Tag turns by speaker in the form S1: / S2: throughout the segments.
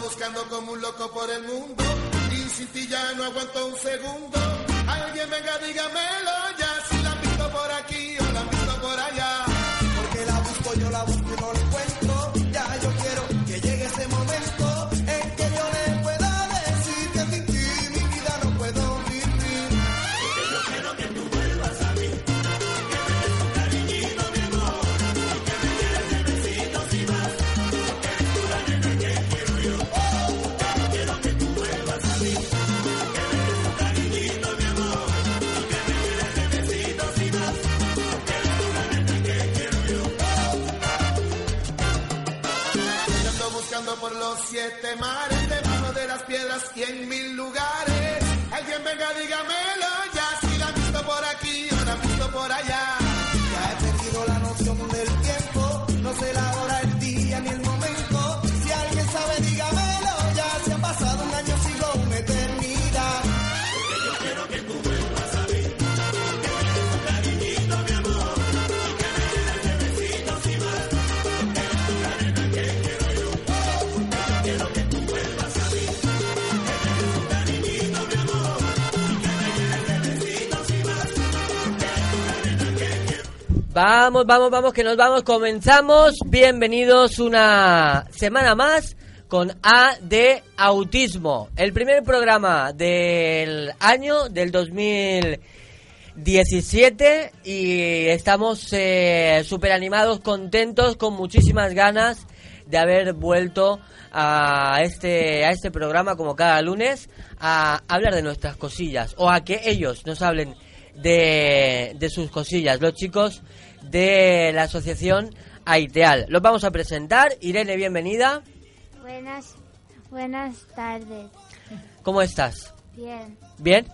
S1: buscando como un loco por el mundo y sin ti ya no aguanto un segundo. Alguien venga, dígamelo ya si la han visto por aquí o la han visto por allá.
S2: Porque la busco, yo la busco y no la encuentro. Ya yo quiero que llegue ese momento en que yo le pueda decir que sin ti mi vida no puedo vivir.
S3: Porque yo quiero que tú vuelvas a mí, que me des un cariñito mi amor, y que me quieras de besitos y más, porque eres tú la nena que quiero yo. Yo quiero que tú vuelvas a mí, que me des un cariñito mi amor, y que me quieras de besitos y más, porque eres tú la nena que quiero yo.
S1: Yo ando buscando por los siete mares, debajo de las piedras y en mil lugares. Alguien venga, dígamelo ya si la han visto por aquí o la han visto por allá.
S2: Ya he perdido la noción del tiempo, no sé la hora, el día ni el momento. Si alguien sabe, dígamelo, ya se ha pasado un año, sigo una eternidad.
S4: Vamos, vamos, vamos, que nos vamos. Comenzamos. Bienvenidos una semana más con A de Autismo. El primer programa del año del 2017 y estamos eh, súper animados, contentos, con muchísimas ganas de haber vuelto a este, a este programa como cada lunes a hablar de nuestras cosillas o a que ellos nos hablen de, de sus cosillas, los chicos de la asociación Aiteal. Los vamos a presentar. Irene, bienvenida.
S5: Buenas, buenas tardes.
S4: ¿Cómo estás?
S5: Bien.
S4: ¿Bien?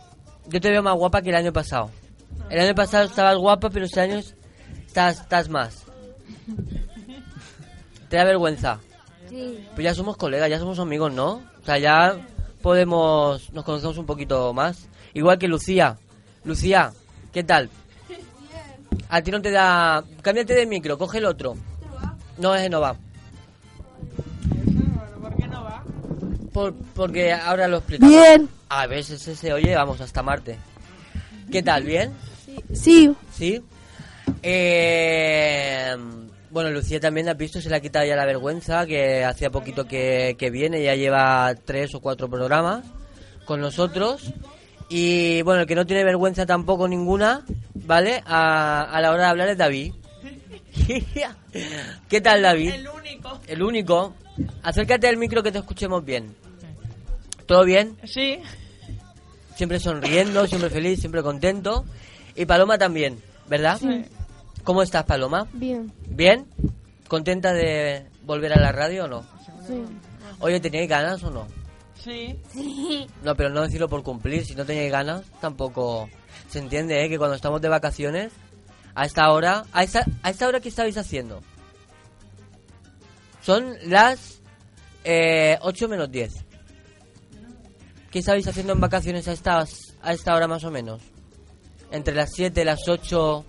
S4: Yo te veo más guapa que el año pasado. El año pasado estabas guapa, pero este año estás, estás más. ¿Te da vergüenza?
S5: Sí,
S4: Pues ya somos colegas, ya somos amigos, ¿no? O sea, ya podemos, nos conocemos un poquito más. Igual que Lucía. Lucía, ¿qué tal? A ti no te da... Cámbiate de micro, coge el otro. No, ese no va. ¿Por qué no va? porque ahora lo explicamos.
S6: Bien.
S4: A veces se oye, vamos, hasta Marte. ¿Qué tal? ¿Bien?
S6: Sí,
S4: ¿Sí? Eh, bueno, Lucía también has visto, se le ha quitado ya la vergüenza, que hacía poquito que, que viene, ya lleva tres o cuatro programas con nosotros. Y bueno, el que no tiene vergüenza tampoco ninguna, ¿vale? A, a la hora de hablar es David. ¿Qué tal, David?
S7: El único.
S4: El único. Acércate al micro que te escuchemos bien. ¿Todo bien?
S7: Sí.
S4: Siempre sonriendo, siempre feliz, siempre contento. Y Paloma también, ¿verdad? ¿Cómo estás, Paloma?
S6: bien.
S4: ¿Bien? ¿Contenta de volver a la radio o no?
S6: Sí.
S4: Oye, ¿teníais ganas o no?
S7: Sí.
S4: No, pero no decirlo por cumplir. Si no teníais ganas, tampoco... Se entiende, ¿eh? Que cuando estamos de vacaciones, a esta hora... ¿A esta, a esta hora qué estabais haciendo? Son las eh, 8 menos 10. ¿Qué estabais haciendo en vacaciones a, estas, a esta hora más o menos? Entre las 7 y las 8...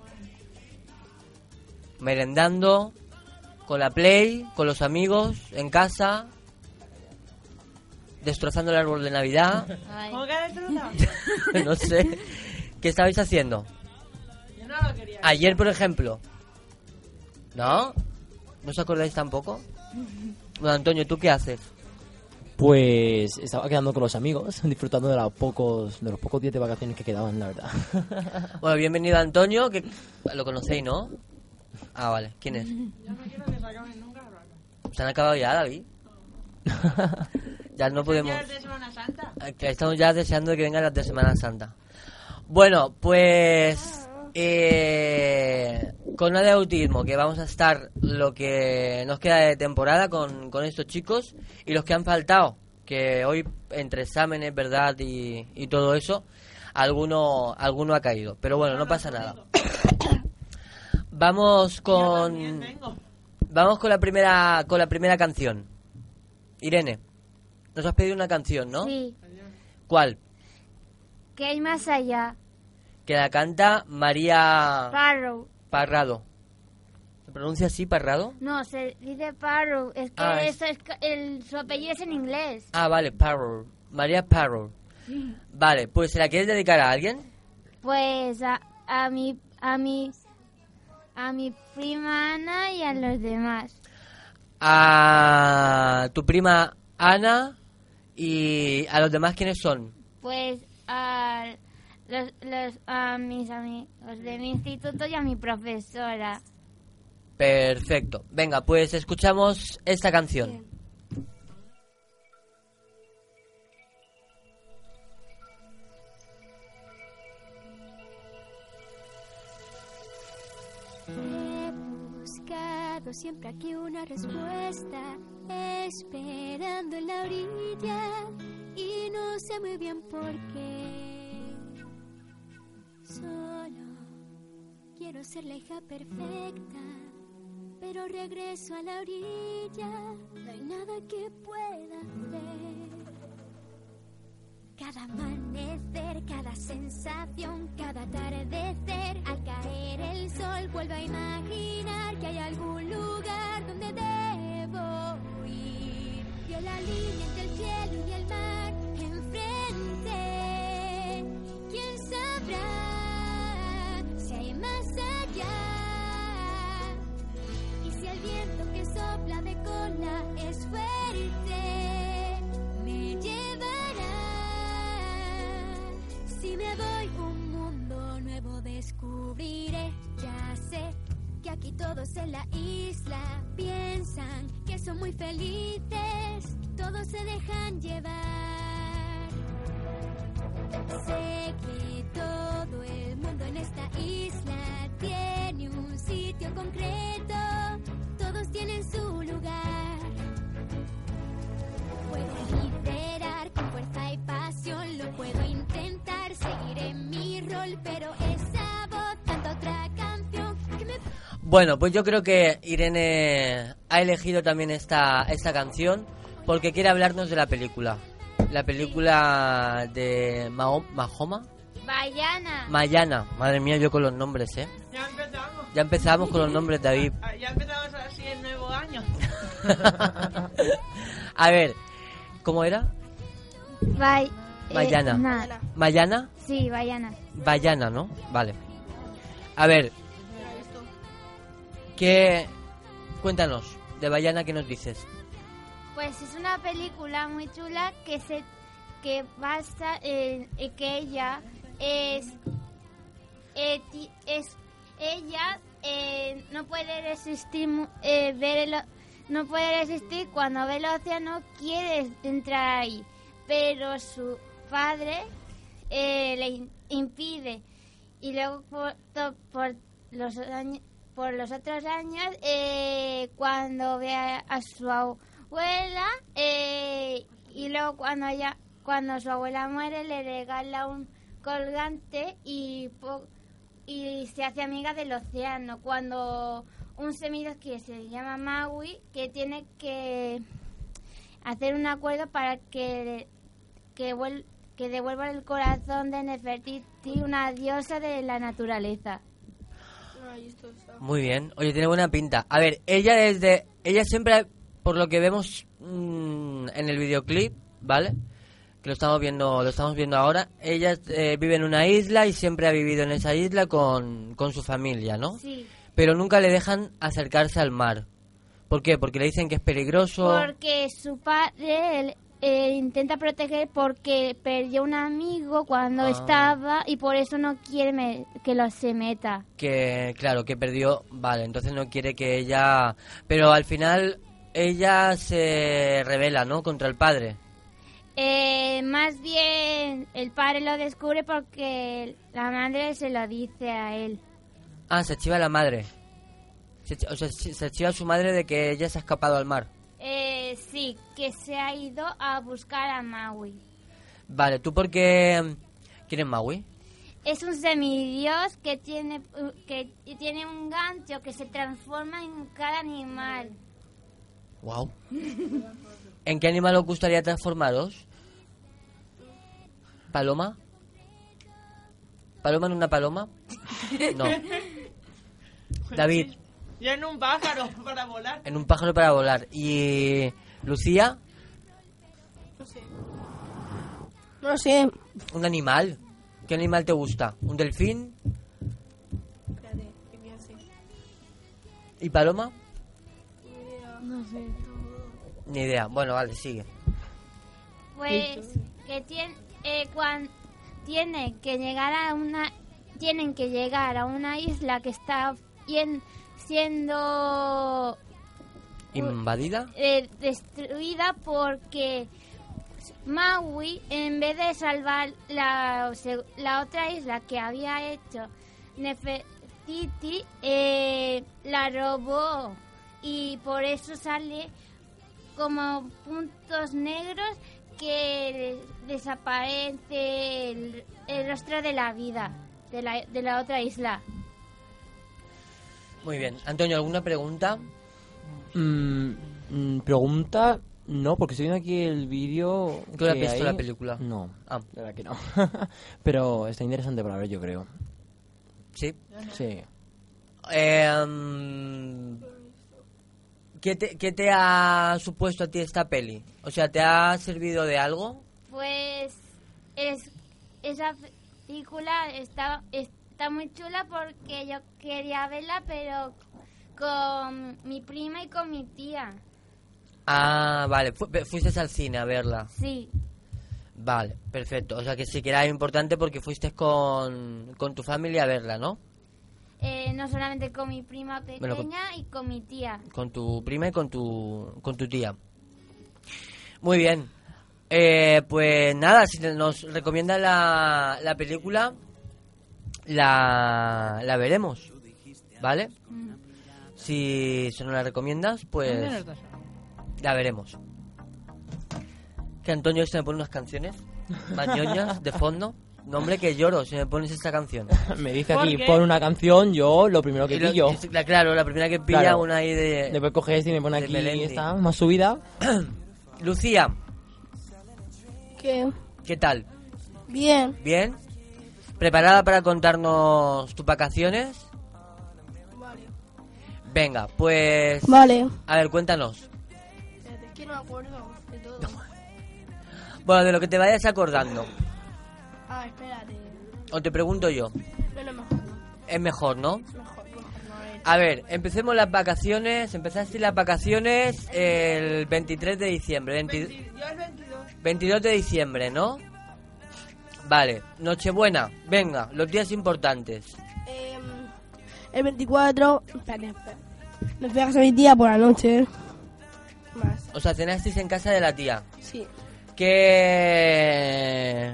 S4: Merendando, con la Play, con los amigos, en casa, destrozando el árbol de Navidad.
S5: ay,
S7: ¿Cómo que ha destrozado?
S4: no sé. ¿Qué estabais haciendo?
S7: Yo no lo quería.
S4: Ayer, por ejemplo. ¿No? ¿No os acordáis tampoco? Bueno, Antonio, ¿tú qué haces?
S8: Pues estaba quedando con los amigos, disfrutando de, los pocos, de los pocos días de vacaciones que quedaban, la verdad.
S4: Bueno, bienvenido Antonio, que lo conocéis, ¿no? Ah, vale. ¿Quién es?
S7: Yo no quiero que se acaben nunca las vacas.
S4: ¿Se han acabado ya, David? ya no podemos...
S7: ¿Quieres de Semana Santa?
S4: Estamos ya deseando que vengan las de Semana Santa. Bueno, pues Eh, con nada de autismo, que vamos a estar lo que nos queda de temporada con, con estos chicos y los que han faltado, que hoy entre exámenes, verdad y, y todo eso, alguno, alguno ha caído. Pero bueno, no pasa nada. Vamos con vamos con la primera con la primera canción. Irene, nos has pedido una canción, ¿no?
S5: Sí.
S4: ¿Cuál?
S5: ¿Qué hay más allá?
S4: Que la canta María
S5: Parrow.
S4: Parrado. ¿Se pronuncia así, Parrado?
S5: No, se dice Parrow. Es que
S4: Ah, es-
S5: eso es ca- el, su apellido es en inglés.
S4: Ah, vale, Parror. María Parror. Vale, pues ¿se la quieres dedicar a alguien?
S5: Pues a, a mi a mi a mi prima Ana y a los demás.
S4: A tu prima Ana y a los demás, ¿quiénes son?
S5: Pues a los, los a mis amigos de mi instituto y a mi profesora.
S4: Perfecto. Venga, pues escuchamos esta canción.
S6: He buscado siempre aquí una respuesta, esperando en la orilla y no sé muy bien por qué. Solo quiero ser la hija perfecta, pero regreso a la orilla, no hay nada que pueda hacer. Cada amanecer, cada sensación, cada atardecer, al caer el sol, vuelvo a imaginar que hay algún lugar donde debo ir. Vio la línea entre el cielo y el mar enfrente. ¿Quién sabrá si hay más allá? Y si el viento que sopla de cola es fuerte, me llevará. Si me voy un mundo nuevo descubriré, ya sé que aquí todos en la isla piensan que son muy felices, todos se dejan llevar. Sé que todo el mundo en esta isla tiene un sitio concreto, todos tienen su lugar. Puedo liderar con fuerza y pasión, lo puedo intentar, seguiré mi rol, pero esa voz canta otra canción que me
S4: Bueno, pues yo creo que Irene ha elegido también esta, esta canción porque quiere hablarnos de la película. La película de Mahom- Mahoma.
S5: Bayana.
S4: Mayana. Madre mía, yo con los nombres, ¿eh?
S7: Ya empezamos.
S4: Ya empezamos con los nombres, David.
S7: Ah, Ya empezamos así el nuevo año.
S4: A ver, ¿cómo era?
S5: Bay- eh,
S4: Bayana.
S5: na-
S4: Mayana.
S5: Sí, Bayana.
S4: Bayana, ¿no? Vale. A ver. ¿Qué. Cuéntanos, de Bayana, ¿qué nos dices?
S5: Pues es una película muy chula que se que basa en, en que ella es eh, ti- es ella eh, no puede resistir mu- eh, ver el o- no puede resistir cuando ve el océano quiere entrar ahí pero su padre eh, le in- impide y luego por, to- por los años por los otros años eh, cuando ve a, a su abuela eh, y luego cuando ella cuando su abuela muere le regala un colgante y po- y se hace amiga del océano cuando un semidios que se llama Maui que tiene que hacer un acuerdo para que que, vuel- que devuelva el corazón de Nefertiti, una diosa de la naturaleza.
S4: Muy bien. Oye, tiene buena pinta. A ver, ella desde. Ella siempre, por lo que vemos mm, en el videoclip, ¿vale? Que lo estamos viendo, lo estamos viendo ahora. Ella eh, vive en una isla y siempre ha vivido en esa isla con, con su familia, ¿no?
S5: Sí.
S4: Pero nunca le dejan acercarse al mar. ¿Por qué? Porque le dicen que es peligroso.
S5: Porque su padre él, eh, intenta proteger porque perdió un amigo cuando
S4: Ah.
S5: estaba y por eso no quiere me- que lo se meta.
S4: que claro que perdió vale entonces no quiere que ella pero al final ella se revela no contra el padre
S5: Eh, más bien el padre lo descubre porque la madre se lo dice a él.
S4: Ah, se chiva la madre. Se, chi- o sea, se se chiva su madre de que ella se ha escapado al mar.
S5: Eh, sí, que se ha ido a buscar a Maui.
S4: Vale, ¿tú por qué... ¿Quién es Maui?
S5: Es un semidios que tiene, uh, que tiene un gancho que se transforma en cada animal.
S4: Wow. ¿En qué animal os gustaría transformaros? ¿Paloma? ¿Paloma en una paloma? No. David,
S7: Yo en un pájaro para volar.
S4: en un pájaro para volar. ¿Y Lucía?
S9: No lo sé.
S4: ¿Un animal? ¿Qué animal te gusta? ¿Un delfín? ¿Y paloma?
S9: No sé.
S4: Ni idea. Bueno, vale, sigue.
S5: Pues que tiene, cuan, tiene que llegar a una, tienen que llegar a una isla que está bien- siendo
S4: ¿Invadida?
S5: eh, destruida porque Maui, en vez de salvar la, se- la otra isla que había hecho Nefertiti, eh, la robó y por eso sale como puntos negros que de- desaparece el, el rostro de la vida de la, de la otra isla.
S4: Muy bien. Antonio, ¿alguna pregunta?
S8: Mm, mm, pregunta, no, porque estoy viendo aquí el vídeo.
S4: ¿Tú la has
S8: que
S4: visto
S8: hay.
S4: la película?
S8: No,
S4: Ah.
S8: la verdad que no. Pero está interesante para ver, yo creo.
S4: Sí.
S8: Sí.
S4: Em, ¿qué, te, qué te ha supuesto a ti esta peli? O sea, ¿te ha servido de algo?
S5: Pues es, esa película está, está muy chula porque yo quería verla, pero con mi prima y con mi tía.
S4: Ah, vale. fu- pe- fuiste al cine a verla.
S5: Sí,
S4: Vale, perfecto. O sea, que sí que era importante porque fuiste con, con tu familia a verla, ¿no?
S5: eh, no solamente con mi prima
S4: Bueno, con-
S5: pequeña y con mi tía.
S4: Con tu prima y con tu, con tu tía. Muy bien. Eh, pues nada, si nos recomienda la, la película, la, la veremos. ¿Vale? Si se nos la recomiendas, pues la veremos. Que Antonio se me pone unas canciones mañoñas de fondo. No, hombre, que lloro si me pones esta canción.
S8: Me dice
S7: ¿Por
S8: aquí,
S7: qué?
S8: pon una canción, yo lo primero que
S4: Y lo-
S8: pillo.
S4: y- la- claro, la primera que pilla
S8: Claro.
S4: una ahí de...
S8: Después coge este y me pone
S4: de
S8: aquí
S4: Melendi.
S8: esta, más subida.
S4: Lucía,
S9: ¿Qué?
S4: ¿qué tal?
S9: Bien.
S4: Bien. ¿Preparada para contarnos tus vacaciones? Venga, pues...
S9: Vale.
S4: A ver, cuéntanos.
S9: Es que no me acuerdo de todo.
S4: Bueno, de lo que te vayas acordando.
S9: Ah, espérate.
S4: O te pregunto yo.
S9: No, no, mejor no.
S4: Es mejor, ¿no?
S9: Mejor, mejor no. eh.
S4: A ver, empecemos las vacaciones. Empezaste las vacaciones el 23 de diciembre. 20
S7: Yo el 22.
S4: 22 de diciembre, ¿no? Vale. Nochebuena. Venga, los días importantes.
S9: Em, el 24. Espérate, espérate. Nos pegas a mi tía por la noche. Más.
S4: O sea, cenasteis en casa de la tía.
S9: Sí.
S4: ¿Qué...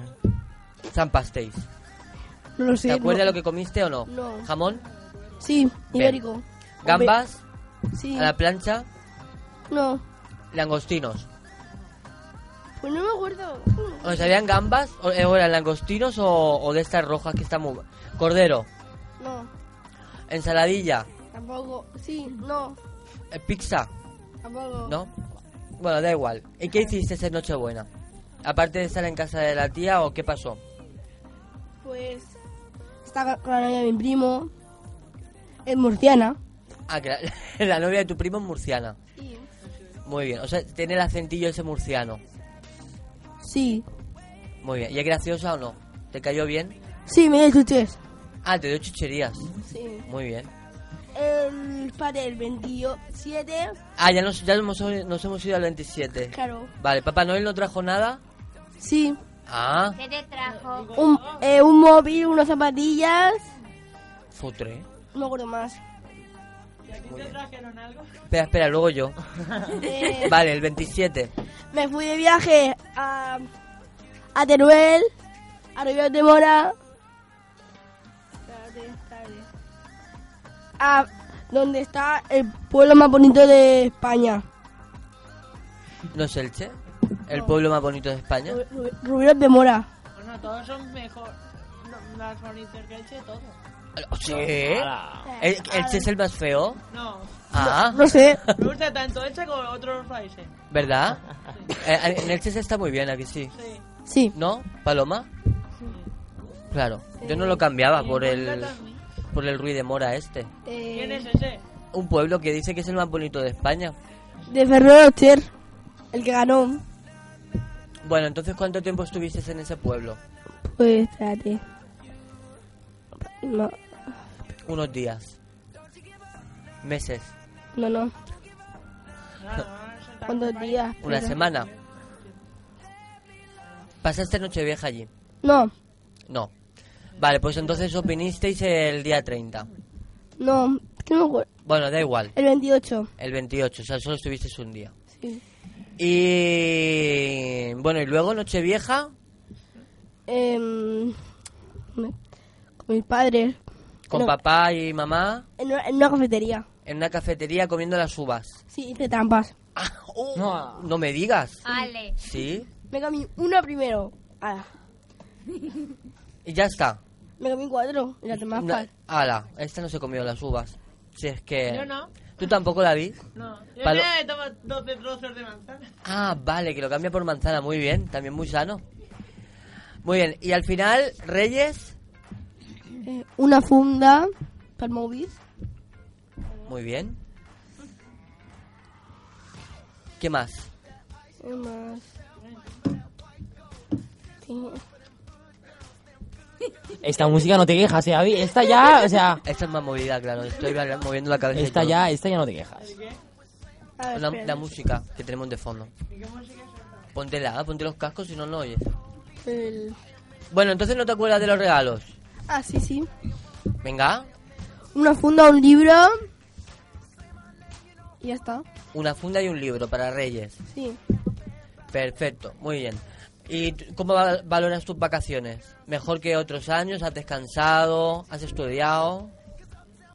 S4: zampasteis?
S9: No lo sé.
S4: ¿Te acuerdas
S9: no.
S4: lo que comiste o no?
S9: No.
S4: ¿Jamón?
S9: Sí,
S4: Bien.
S9: ibérico.
S4: ¿Gambas?
S9: Sí.
S4: ¿A la plancha?
S9: No.
S4: ¿Langostinos?
S9: Pues no me acuerdo.
S4: ¿O sabían gambas? ¿O eh, o eran langostinos o, o de estas rojas que están muy... Cordero,
S9: No.
S4: ensaladilla,
S9: Tampoco. Sí, no.
S4: eh, pizza,
S9: Tampoco.
S4: ¿no? Bueno, da igual. ¿Y qué hiciste esa Nochebuena? Aparte de estar en casa de la tía o qué pasó?
S9: Pues. Está con la novia de mi primo. Es murciana.
S4: Ah, que la, la novia de tu primo es murciana.
S9: Sí.
S4: Muy bien, o sea, tiene el acentillo ese murciano.
S9: Sí.
S4: Muy bien, ¿y es graciosa o no? ¿Te cayó bien?
S9: Sí, me dio chuches.
S4: Ah, te dio chucherías.
S9: Sí.
S4: Muy bien.
S9: El padre del 27.
S4: Ah, ya nos, ya hemos, nos hemos ido al 27.
S9: Claro.
S4: Vale, Papá Noel no trajo nada.
S9: Sí.
S4: Ah,
S5: ¿Qué te trajo?
S9: Un, eh, un móvil, unas zapatillas.
S4: futre.
S9: No me acuerdo más.
S7: ¿Y aquí te trajeron algo?
S4: Espera, espera, luego yo.
S9: Eh,
S4: Vale, el 27.
S9: me fui de viaje a. A Teruel. A Río de Mora. a donde está el pueblo más bonito de España.
S4: ¿No es Elche? ¿El pueblo más bonito de España?
S9: Ru- Rubiros de Mora.
S7: Bueno, todos son mejor. no, Más bonitos que Elche, todos.
S4: ¿Sí? Ah. ¿El- ¿Elche es el más feo?
S7: No.
S4: Ah.
S9: No sé.
S7: Me gusta tanto Elche como otros países.
S4: ¿Verdad? Eh, en Elche se está muy bien, aquí sí?
S9: Sí.
S4: ¿No? ¿Paloma? Claro. Yo no lo cambiaba Ah, por el... Por el Ruiz de Mora este.
S7: ¿Quién es
S4: Eh.
S7: ese?
S4: Un pueblo que dice que es el más bonito de España.
S9: De Ferrero Rocher, el que ganó.
S4: Bueno, entonces, ¿cuánto tiempo estuviste en ese pueblo?
S9: Pues espérate. No,
S4: Unos días. Meses.
S9: no, no. ¿Cuántos días?
S4: Una
S9: Pero-
S4: semana. ¿Pasaste Nochevieja allí?
S9: No,
S4: No. Vale, pues entonces os vinisteis el día 30.
S9: no, que no me acuerdo.
S4: Bueno, da igual.
S9: El 28.
S4: El 28, o sea, solo estuvisteis un día.
S9: Sí.
S4: Y bueno, y luego Nochevieja
S9: Em, con mis padres.
S4: con
S9: No,
S4: papá y mamá
S9: En, una- en una cafetería.
S4: en una cafetería comiendo las uvas.
S9: Sí, hice trampas. oh.
S4: No, me digas.
S9: Ale.
S4: Sí.
S9: Me comí una primero. Ala.
S4: Y ya está.
S9: Me comí cuatro. Y las demás
S4: Una-
S9: fal-
S4: ala, esta no se comió las uvas. Si es que
S7: Yo no.
S4: tú tampoco la vi.
S7: No. Yo
S4: Palo-
S7: me tomo 12 trozos de manzana.
S4: Ah, vale, que lo cambia por manzana, muy bien, también muy sano. Muy bien, y al final Reyes,
S9: eh, una funda para el móvil.
S4: muy bien. ¿Qué más?
S9: ¿Qué más? Sí.
S8: Esta música no te quejas, ¿eh, Javi? Esta ya, o sea...
S4: Esta es más movida, claro. Estoy bala- moviendo la cabeza. y
S8: Esta
S4: todo.
S8: ya, esta ya no te quejas.
S9: A ver,
S4: La,
S9: espera.
S4: la música que tenemos de fondo. Póntela, ponte los cascos si no, no oyes.
S9: El-
S4: Bueno, entonces no te acuerdas de los regalos.
S9: Ah, sí, sí.
S4: Venga,
S9: Una funda, un libro. Y ya está.
S4: una funda y un libro para Reyes.
S9: Sí.
S4: Perfecto, muy bien. ¿Y t- cómo va- valoras tus vacaciones? ¿Mejor que otros años? ¿Has descansado? ¿Has estudiado?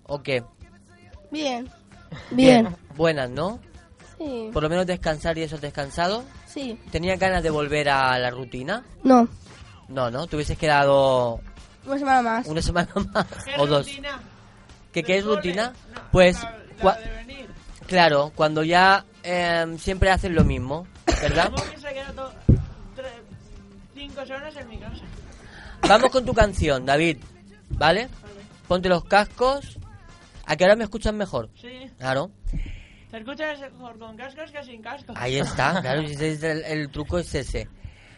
S4: ¿O qué?
S9: Bien. Bien.
S4: Buenas, ¿no?
S9: Sí.
S4: Por lo menos descansar y eso has descansado.
S9: Sí.
S4: ¿Tenías ganas de volver a la rutina?
S9: No.
S4: No, ¿no? ¿Te hubieses quedado
S9: Una semana más.
S4: una semana más o dos? ¿Qué, qué es rutina? Pues, cua- claro, cuando ya em, siempre haces lo mismo, ¿verdad?
S7: Como que se queda todo. 5 semanas en mi casa.
S4: Vamos con tu canción, David, ¿vale? Ponte los cascos. ¿A que ahora me escuchas mejor?
S7: Sí.
S4: Claro,
S7: Te escuchas mejor con cascos que sin cascos.
S4: ahí está, claro, ese es el, el truco es ese.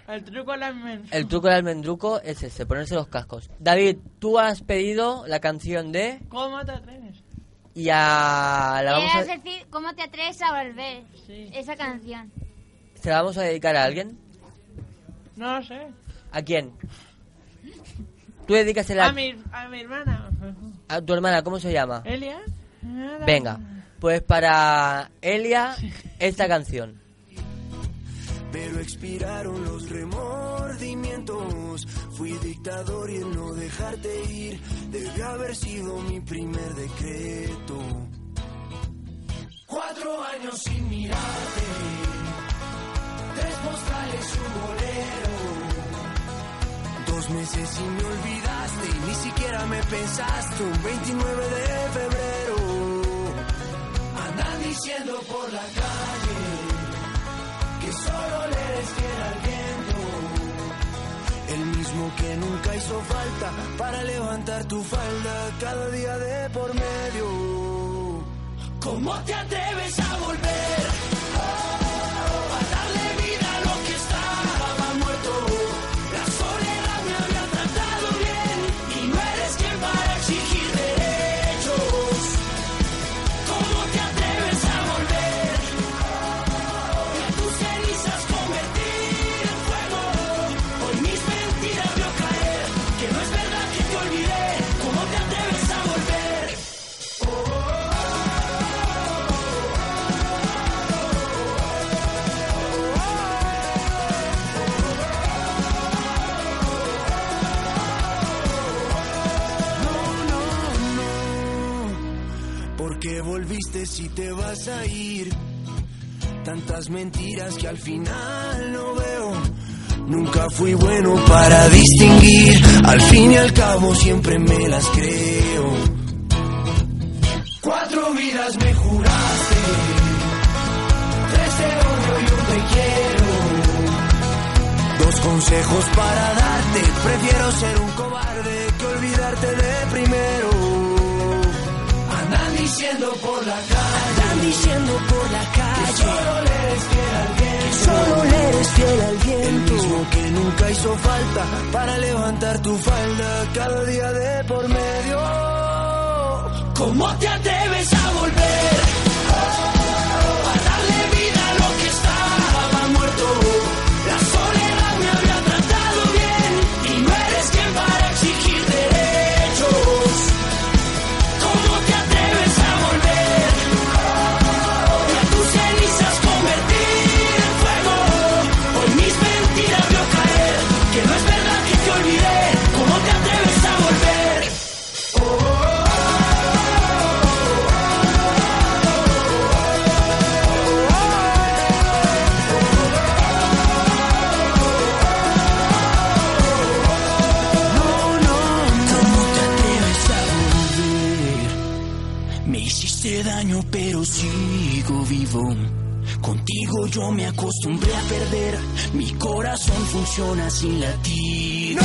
S7: El truco es la inmensa.
S4: El truco del almendruco es ese, ponerse los cascos. David, tú has pedido la canción de...
S7: ¿Cómo te atreves?
S4: Y a... La vamos a...
S5: Quieres decir, ¿cómo te atreves a volver? Esa canción.
S4: ¿Se la vamos a dedicar a alguien?
S7: No sé.
S4: ¿A quién? Tú dedícasela
S7: A Eh, mi, a mi hermana.
S4: a tu hermana, ¿cómo se llama?
S7: Elia.
S4: Venga, pues para Elia, esta canción.
S10: pero expiraron los remordimientos. Fui dictador y el no dejarte ir debe haber sido mi primer decreto. Cuatro años sin mirarte, tres postales, un bolero. Dos meses y me olvidaste y ni siquiera me pensaste un 29 de febrero. Andan diciendo por la calle que solo le eres fiel al viento. El mismo que nunca hizo falta para levantar tu falda cada día de por medio. ¿Cómo te atreves a volver? A darle vida a lo que estaba muerto. La soledad me había tratado bien y no eres quien para exigir derechos. ¿Cómo te atreves a volver? Y a tus cenizas convertir en fuego. Hoy mis mentiras veo caer, que no es verdad que te olvidé. ¿Cómo te atreves a volver? Oh, oh, oh, oh, oh, oh. sabes si te vas a ir. Tantas mentiras que al final no veo. Nunca fui bueno para distinguir. Al fin y al cabo siempre me las creo. Cuatro vidas me juraste. Tres te odio y un te quiero. Dos consejos para darte. Prefiero ser un cobarde que olvidarte de primero. Andan diciendo por la calle. Andan diciendo por la calle. Que solo le eres fiel al viento. Que solo le eres fiel al viento. El mismo que nunca hizo falta para levantar tu falda cada día de por medio. ¿Cómo te atreves a volver? A darle vida a lo que estaba muerto. La soledad me había tratado bien y no eres quien para exigir derechos. ¿Cómo te atreves a volver? Y a tus cenizas convertir en fuego. Hoy mis mentiras veo caer, que no es verdad que te olvidé. ¿Cómo te atreves a volver? No, no, ¿cómo te atreves a volver? Me hiciste daño, pero sigo vivo. Contigo yo me acostumbré a perder. Mi corazón funciona sin latir. No,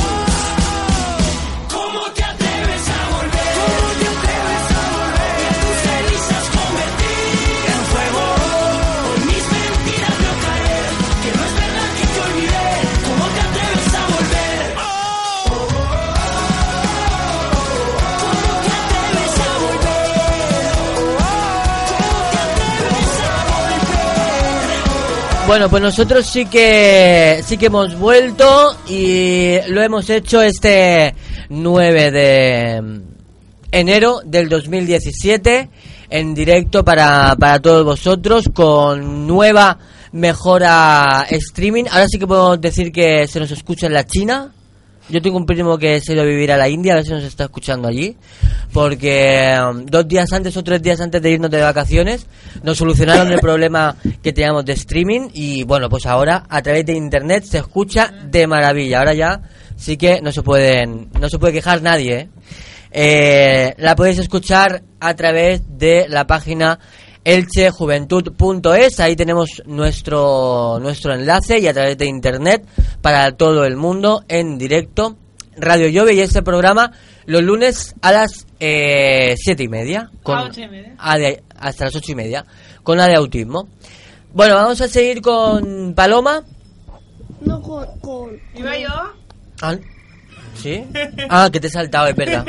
S10: ¿cómo te atreves a volver? ¿Cómo te atreves a volver? Y a tus cenizas convertir en fuego. Hoy mis mentiras veo caer. Que no es verdad que te olvidé. ¿Cómo te atreves a volver?
S4: Bueno, pues nosotros sí que sí que hemos vuelto y lo hemos hecho este 9 de enero del 2017 en directo para, para todos vosotros con nueva mejora streaming. Ahora sí que podemos decir que se nos escucha en la China. Yo tengo un primo que se ha ido a vivir a la India, a ver si nos está escuchando allí. Porque um, dos días antes o tres días antes de irnos de vacaciones, nos solucionaron el problema que teníamos de streaming. Y bueno, pues ahora a través de internet se escucha de maravilla. Ahora ya sí que no se pueden, no se puede quejar nadie. ¿eh? Eh, la podéis escuchar a través de la página elchejuventud.es. Ahí tenemos nuestro, nuestro enlace y a través de internet para todo el mundo en directo. Radio Llove y este programa los lunes a las eh, siete y media.
S7: A Ah, ocho y media.
S4: a de- hasta las ocho y media. Con la de autismo. Bueno, vamos a seguir con Paloma.
S9: No, con... con
S7: ¿Iba yo?
S4: Ah, ¿Sí? Ah, que te he saltado, es verdad.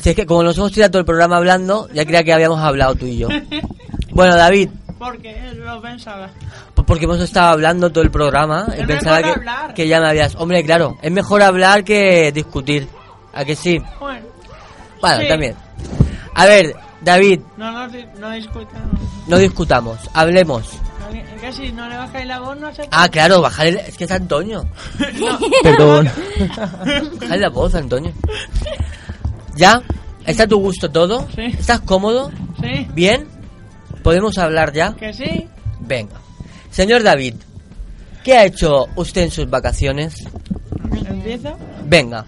S4: Si es que como nos hemos tirado todo el programa hablando, ya creía que habíamos hablado tú y yo. Bueno, David,
S7: Porque lo pensaba.
S4: Pues Porque hemos estado hablando todo el programa y
S7: Es
S4: pensaba
S7: mejor
S4: que,
S7: hablar.
S4: que ya me habías... Hombre, claro, es mejor hablar que discutir. ¿A que sí?
S7: Bueno,
S4: Bueno,
S7: Sí.
S4: también. A ver, David,
S7: no, no, di- no discutamos.
S4: no discutamos, hablemos.
S7: No, que si no le bajáis la voz, no se...
S4: Ah, claro, bajar el... Es que es Antonio.
S7: No.
S4: Perdón. Bajar la voz, Antonio. ¿Ya? ¿Está a tu gusto todo? ¿Estás cómodo?
S7: Sí.
S4: ¿Bien? ¿Podemos hablar ya?
S7: Que sí.
S4: Venga. Señor David, ¿qué ha hecho usted en sus vacaciones?
S7: ¿Empiezo?
S4: Venga.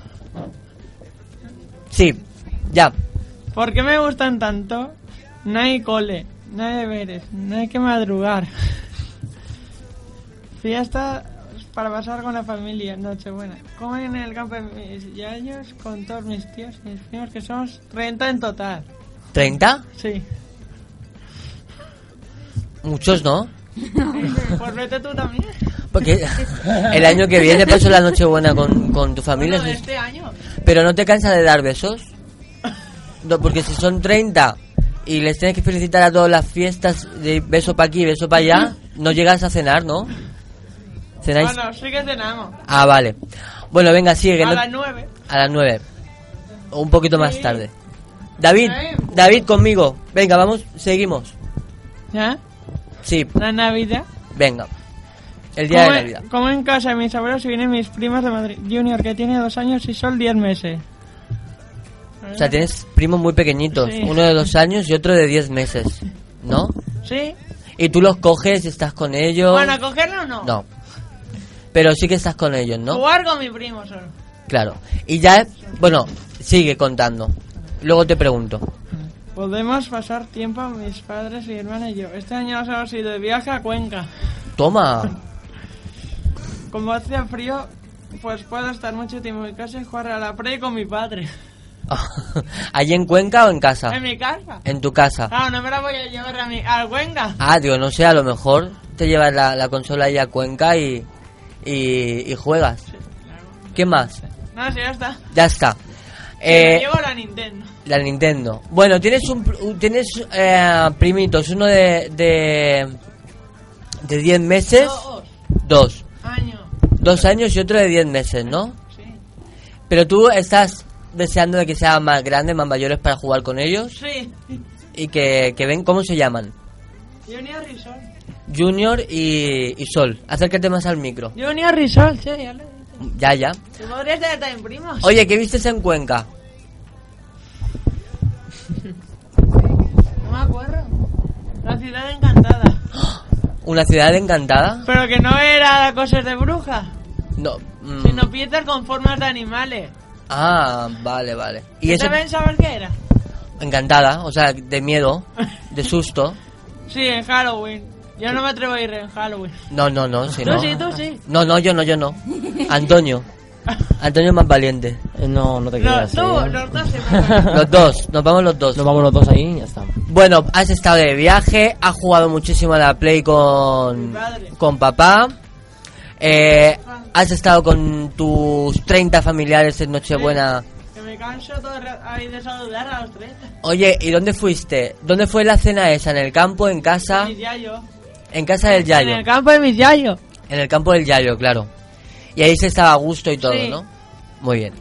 S4: Sí, ya.
S7: ¿Por qué me gustan tanto? No hay cole, no hay deberes, no hay que madrugar. Fiesta para pasar con la familia, Nochebuena. Comen en el campo de mis yayos con todos mis tíos y mis primos, que somos 30 en total.
S4: ¿30?
S7: Sí.
S4: Muchos, ¿no?
S7: pues vete tú también.
S4: Porque el año que viene paso la Nochebuena con, con tu familia.
S7: Bueno, este año.
S4: Pero no te cansas de dar besos. No, porque si son 30 y les tienes que felicitar a todas las fiestas de beso para aquí, beso para allá, no llegas a cenar, ¿no? ¿Cenáis?
S7: Bueno, sí que cenamos.
S4: Ah, vale. Bueno, venga, sigue. que
S7: A
S4: no-
S7: las 9.
S4: A las 9. O un poquito más tarde. David, David conmigo. Venga, vamos, seguimos.
S7: ¿Ya?
S4: Sí,
S7: La Navidad.
S4: venga. El día de
S7: Como en-
S4: Navidad.
S7: Como en casa de mis abuelos y vienen mis primas de Madrid Junior, que tiene dos años y Sol diez meses.
S4: O sea, tienes primos muy pequeñitos,
S7: Sí.
S4: uno de dos años y otro de diez meses, ¿no?
S7: Sí.
S4: Y tú los coges y estás con ellos.
S7: Bueno, cogerlo no.
S4: No. Pero sí que estás con ellos, ¿no?
S7: Jugar con mi primo solo.
S4: Claro. Y ya, bueno, sigue contando. Luego te pregunto.
S7: Podemos pasar tiempo mis padres, mi hermana y yo. Este año nos hemos ido de viaje a Cuenca.
S4: Toma.
S7: Como hace frío, pues puedo estar mucho tiempo en casa y jugar a la play con mi padre.
S4: ¿Allí en Cuenca o en casa?
S7: En mi casa.
S4: En tu casa.
S7: Ah, no me la voy a llevar a mi a Cuenca.
S4: Ah, digo, no sé, a lo mejor te llevas la, la consola ahí a Cuenca y, y, y juegas. ¿Qué más?
S7: No, sí, ya está.
S4: Ya está.
S7: Me
S4: Eh,
S7: llevo la Nintendo.
S4: la Nintendo. Bueno, tienes un pr- un- tienes eh, primitos, uno de de de 10 meses,
S7: Oh,
S4: dos,
S7: Año.
S4: dos años y otro de 10 meses, ¿no? Pero tú estás deseando de que sean más grandes, más mayores para jugar con ellos
S7: Sí.
S4: y que, que ven cómo se llaman.
S7: Junior Risol.
S4: Junior y, y Sol. Acércate más al micro.
S7: Junior Risol, sí, ya lo
S4: Ya, ya.
S7: Tú podrías tener también primos.
S4: Oye, ¿qué viste en Cuenca?
S7: No me acuerdo. La ciudad encantada.
S4: ¿Una ciudad encantada?
S7: Pero que no era cosas de bruja,
S4: No. mm,
S7: sino piezas con formas de animales.
S4: Ah, vale, vale. ¿Y
S7: ¿Tú
S4: eso?
S7: también sabes qué era?
S4: Encantada, o sea, de miedo, de susto.
S7: Sí, en Halloween. Yo no me atrevo a ir en Halloween.
S4: No, no, no, si
S7: tú
S4: no.
S7: sí, tú sí.
S4: No, no, yo no, yo no. Antonio. Antonio es más valiente.
S8: Eh, No, no te
S7: No,
S8: creas.
S7: tú,
S8: eh.
S7: los dos se
S4: Los dos, nos vamos los dos.
S8: Nos vamos los dos ahí y ya está.
S4: Bueno, has estado de viaje, has jugado muchísimo a la Play con, con papá. eh, has estado con tus 30 familiares en Nochebuena.
S7: Que me canso todo el rato ahí de saludar a los tres.
S4: Oye, ¿y dónde fuiste? ¿Dónde fue la cena esa? ¿En el campo, en casa?
S7: Y ya yo.
S4: En casa del Yayo.
S7: En el campo de mis Yayo.
S4: En el campo del Yayo, claro. Y ahí se estaba a gusto y todo,
S7: Sí.
S4: ¿no? Muy bien.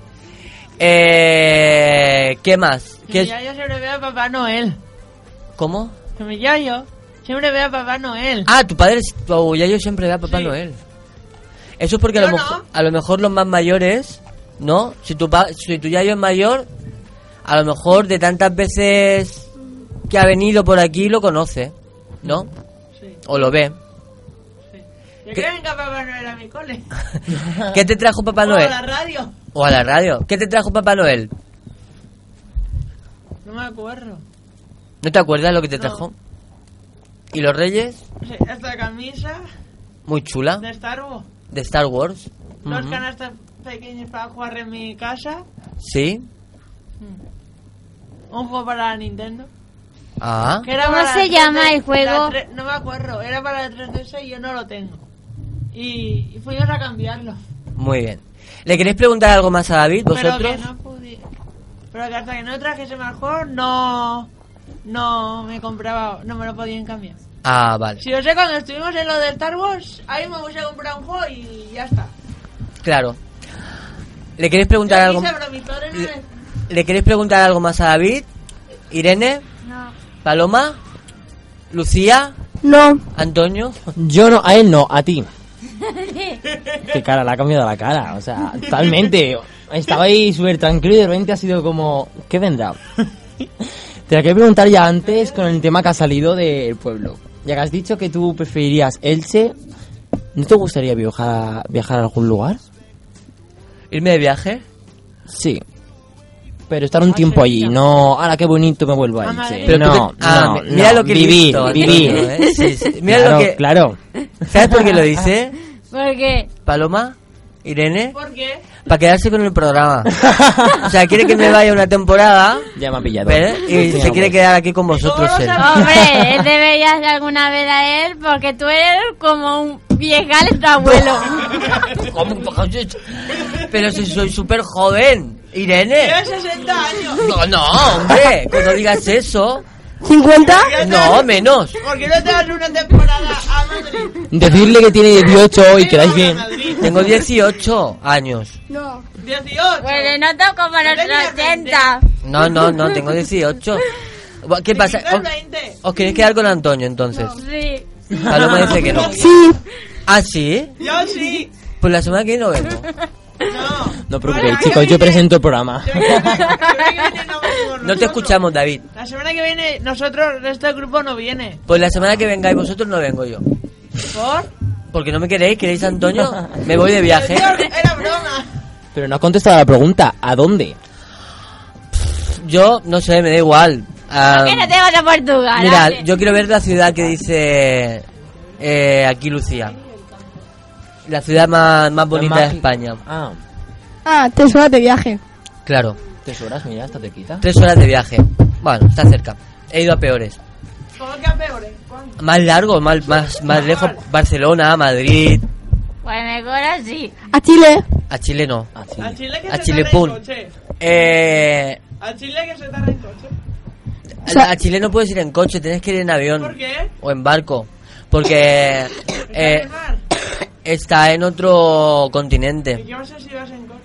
S4: Eh, ¿Qué más? ¿Qué
S7: Mi
S4: es-
S7: Yayo siempre ve a Papá Noel.
S4: ¿Cómo?
S7: Que mi Yayo siempre ve a Papá Noel.
S4: Ah, tu padre, es- tu Yayo siempre ve a Papá Noel. Eso es porque a lo,
S7: Yo
S4: mejor, a lo mejor los más mayores, ¿no? Si tu, pa- si tu Yayo es mayor, a lo mejor de tantas veces que ha venido por aquí lo conoce, ¿no?
S7: Sí.
S4: O lo ve.
S7: Yo que venga Papá Noel a mi cole.
S4: ¿Qué te trajo Papá
S7: O a
S4: Noel?
S7: la radio.
S4: O a la radio. ¿Qué te trajo Papá Noel?
S7: No me acuerdo.
S4: ¿No te acuerdas lo que te
S7: No.
S4: trajo? ¿Y los Reyes?
S7: Sí, esta camisa
S4: Muy chula.
S7: de Star Wars.
S4: De Star Wars.
S7: Dos
S4: ¿Ah? Ujú.
S7: canastas pequeñas para jugar en mi casa.
S4: Sí.
S5: Hmm.
S7: Un juego para la Nintendo.
S4: Ah.
S7: Que era
S5: ¿Cómo
S7: para
S5: se
S7: la
S5: llama
S7: 3D,
S5: el juego?
S7: la tre- No me acuerdo, era para la 3DS y yo no lo tengo. Y, y fuimos a cambiarlo.
S4: Muy bien. ¿Le queréis preguntar algo más a David?
S7: Pero que
S4: ¿Vosotros?
S7: no pude. Pero que hasta que no trajese más juego, no. No me compraba, no me lo podían cambiar.
S4: Ah, vale.
S7: Si yo sé, cuando estuvimos en lo de Star Wars, ahí me puse a comprar un juego y ya está.
S4: Claro. ¿Le queréis preguntar
S7: Yo
S4: algo?
S7: quise, pero mi padre no
S4: Le-
S7: me-
S4: ¿Le queréis preguntar algo más a David? Irene,
S5: No.
S4: Paloma, Lucía,
S9: No.
S4: Antonio.
S8: Yo no, a él no, a ti. Qué cara, le ha cambiado la cara, o sea, totalmente. Estaba ahí súper tranquilo y de repente ha sido como, ¿qué vendrá? Te la quería preguntar ya antes con el tema que ha salido del pueblo. Ya que has dicho que tú preferirías Elche, ¿no te gustaría viajar, viajar a algún lugar?
S4: ¿Irme de viaje?
S8: Sí. Pero estar un tiempo allí, no, ahora qué bonito me vuelvo a
S4: A
S8: Elche.
S4: Madrid. Ah, Pero
S8: no,
S4: tú te- ah,
S8: no,
S4: mi- mira
S8: no,
S4: lo que he
S8: viví,
S4: visto, Antonio,
S8: viví.
S4: ¿eh? Sí, sí, mira lo
S8: claro,
S4: que-
S8: claro.
S4: ¿Sabes por qué lo dice?
S5: Porque
S4: Paloma, Irene,
S7: ¿Por qué?
S4: para quedarse con el programa. O sea, quiere que me vaya una temporada.
S8: Ya me ha pillado.
S4: ¿ves? Y
S8: Sí,
S4: se quiere
S8: hombre.
S4: quedar aquí con vosotros. ¿eh? él.
S5: Hombre, él deberías de alguna vez a él porque tú eres como un vieja de tu abuelo.
S4: ¿Cómo? Pero si soy súper joven, Irene.
S7: Tengo 60 años.
S4: No, no, hombre, cuando digas eso.
S9: ¿50?
S4: No, menos.
S7: ¿Por qué no te das una temporada a Madrid?
S8: Decirle que tiene 18 y quedáis bien.
S7: Madrid.
S4: Tengo 18 años.
S9: No.
S7: 18.
S5: Bueno, no te como
S7: Tenía
S5: los 80.
S4: No, no, no, tengo 18. Bu- ¿Qué pasa? oh.
S7: Quizás
S4: ¿Os,
S7: 20.
S4: os queréis quedar con Antonio entonces?
S5: Sí.
S4: Paloma dice que no.
S9: Sí.
S4: ¿Ah, sí?
S7: Yo sí.
S4: Pues la semana que viene nos vemos.
S7: No.
S8: No os preocupéis, chicos, yo presento el programa.
S4: No te escuchamos, David.
S7: La semana que viene, nosotros, el resto del grupo no viene.
S4: Pues la semana que vengáis vosotros no vengo yo.
S7: ¿Por?
S4: Porque no me queréis, queréis a Antonio. Me voy de viaje.
S7: Era broma.
S8: Pero no has contestado la pregunta, ¿a dónde?
S4: Yo no sé, me da igual. Ah,
S11: Que no te vas a Portugal.
S4: mira,
S11: hombre.
S4: yo quiero ver la ciudad que dice eh, aquí Lucía. La ciudad más, más bonita de
S8: más-
S4: España.
S8: Ah,
S9: Ah, tres horas de viaje.
S4: Claro.
S8: tres horas, mira, está cerquita.
S4: Tres horas de viaje. Bueno, está cerca. He ido a peores.
S7: ¿Cómo que a peores? ¿Cuándo?
S4: Más largo, más, más, más lejos. Barcelona, Madrid.
S11: Pues mejor así.
S9: A Chile.
S4: A Chile no.
S8: Ah,
S7: A Chile que
S4: A
S7: se
S4: Chile
S7: tarda en
S4: pun.
S7: coche.
S4: Eh,
S7: A Chile que se tarda en coche.
S4: a a Chile no puedes ir en coche, tienes que ir en avión.
S7: ¿Por qué?
S4: O en barco. Porque eh, está en otro
S7: Y
S4: continente.
S7: Yo no sé si vas en coche.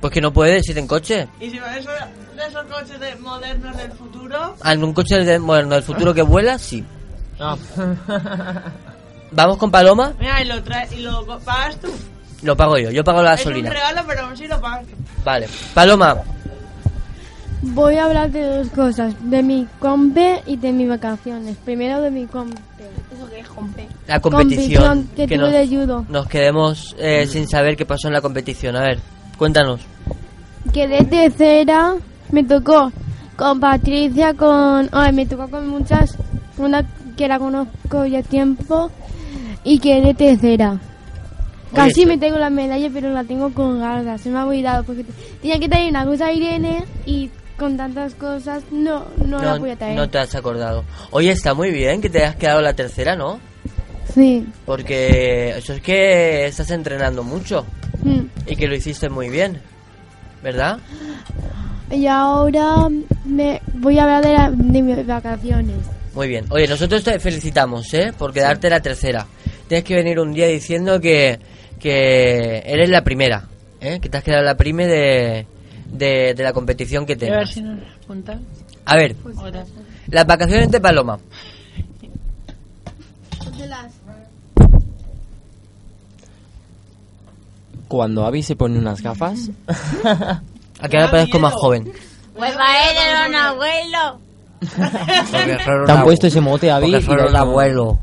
S4: Pues que no puedes ir en coche.
S7: Y si vas eso- de esos coches de modernos del futuro.
S4: Ah, En un coche de- moderno del futuro que vuela, sí. Vamos con Paloma,
S7: Mira, y lo, traes, y lo co- pagas tú.
S4: lo pago yo. Yo pago la
S7: Es un
S4: gasolina.
S7: regalo, pero sí lo pagas tú.
S4: Vale. Paloma,
S12: Voy a hablar de dos cosas, de mi compe y de mis vacaciones. Primero de mi compe.
S9: Eso que es compe.
S4: la competición.
S12: que, tuve
S4: nos,
S12: de judo.
S4: nos quedemos eh, sin saber qué pasó en la competición. A ver, cuéntanos.
S12: Quedé tercera, me tocó con Patricia, con... Ay, me tocó con muchas, una que la conozco ya tiempo, y quedé tercera. Casi
S4: Oye,
S12: me tengo la medalla, pero la tengo con garras, se me ha olvidado, porque te- tenía que traer una cosa a Irene, y con tantas cosas no, no, la eh. podía traer.
S4: no te has acordado. Oye, está muy bien que te hayas quedado la tercera, ¿no?
S12: Sí.
S4: Porque eso es que estás entrenando mucho
S12: Mm.
S4: y que lo hiciste muy bien, ¿verdad?
S12: Y ahora me voy a hablar de, la- de mis vacaciones.
S4: Muy bien. Oye, nosotros te felicitamos, ¿eh? Por quedarte la tercera. Tienes que venir un día diciendo que, que eres la primera, ¿eh? Que te has quedado la prime de, de, de la competición que
S7: A ver
S4: tengas.
S7: si nos apuntan.
S4: A ver,
S7: Otra.
S4: las vacaciones de Paloma.
S8: Cuando Abby se pone unas gafas,
S4: A que ahora parezco más joven.
S11: Pues para él era un abuelo.
S8: ¿Te han puesto ese mote, Abby?
S4: Porque fueron
S8: Y no-
S4: abuelo.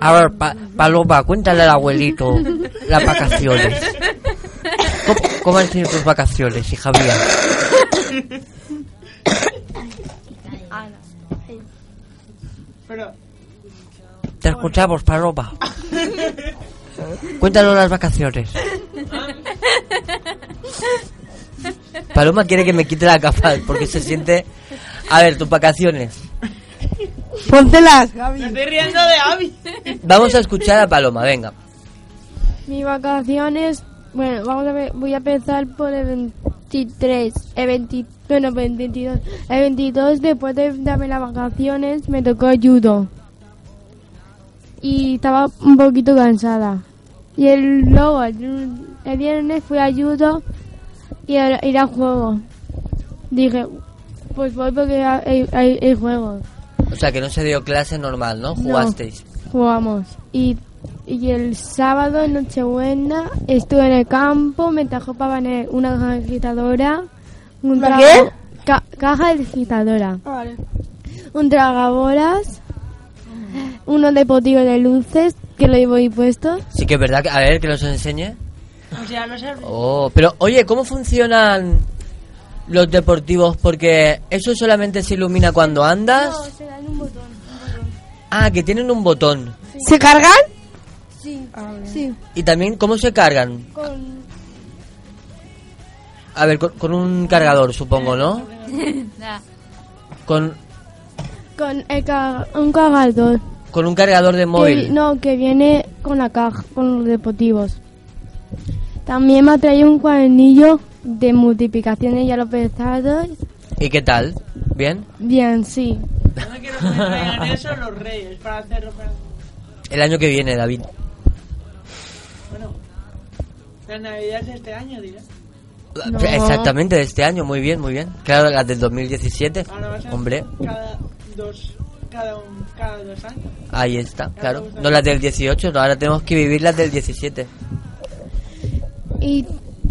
S4: A ver, Pa- Paloma, cuéntale al abuelito las vacaciones. ¿Cómo, cómo han sido tus vacaciones, hija mía?
S7: Pero.
S4: Te escuchamos, Paloma. Cuéntanos las vacaciones. Paloma quiere que me quite la capa porque se siente... A ver, tus vacaciones.
S9: Póntelas.
S7: Me estoy riendo de Abby.
S4: Vamos a escuchar a Paloma, venga.
S12: Mis vacaciones, bueno, vamos a ver, voy a empezar por el 23, el 20 bueno, el 22. El 22, después de darme las vacaciones, me tocó judo. Y estaba un poquito cansada. Y el, luego, el, el viernes fui a judo y a ir al juego. Dije, pues voy porque hay, hay- hay juego.
S4: O sea, que no se dio clase normal, ¿no?
S12: No.
S4: Jugasteis.
S12: Jugamos. Y, y el sábado, en Nochebuena, estuve en el campo, me trajo para poner una caja agitadora. Un
S9: ¿Una
S12: trago- ca- caja agitadora.
S9: Vale.
S12: Un tragabolas. Uno de potillo de luces, que lo llevo ahí puesto.
S4: Sí que es verdad que... A ver, que nos enseñe.
S7: O sea, no sé.
S4: Oh, pero oye, ¿cómo funcionan los deportivos? Porque eso solamente se ilumina cuando andas.
S12: se dan un botón.
S4: Ah, que tienen un botón.
S9: ¿Se cargan? Ah,
S12: Sí. sí.
S4: Y también, ¿cómo se cargan?
S12: Con...
S4: A ver, con, con un cargador, supongo, ¿no? Con,
S12: Con el ca- un cargador.
S4: con un cargador de
S12: Que-
S4: móvil.
S12: no, que viene con la caja, con los deportivos. También me ha traído un cuadernillo de multiplicaciones y a los pesados.
S4: ¿Y qué tal? ¿Bien?
S12: Bien, sí.
S7: No quiero que me traigan eso los reyes para hacerlo. Para...
S4: El año que viene, David.
S7: Bueno. Las navidades de este año, dirá.
S4: Exactamente, Exactamente, de este año, muy bien, muy bien. Claro, las del 2017.
S7: Ahora va a ser
S4: Hombre,
S7: Cada dos, cada, un, cada dos años.
S4: ahí está, claro. No las del 18, no, ahora tenemos que vivir las del 17.
S12: Y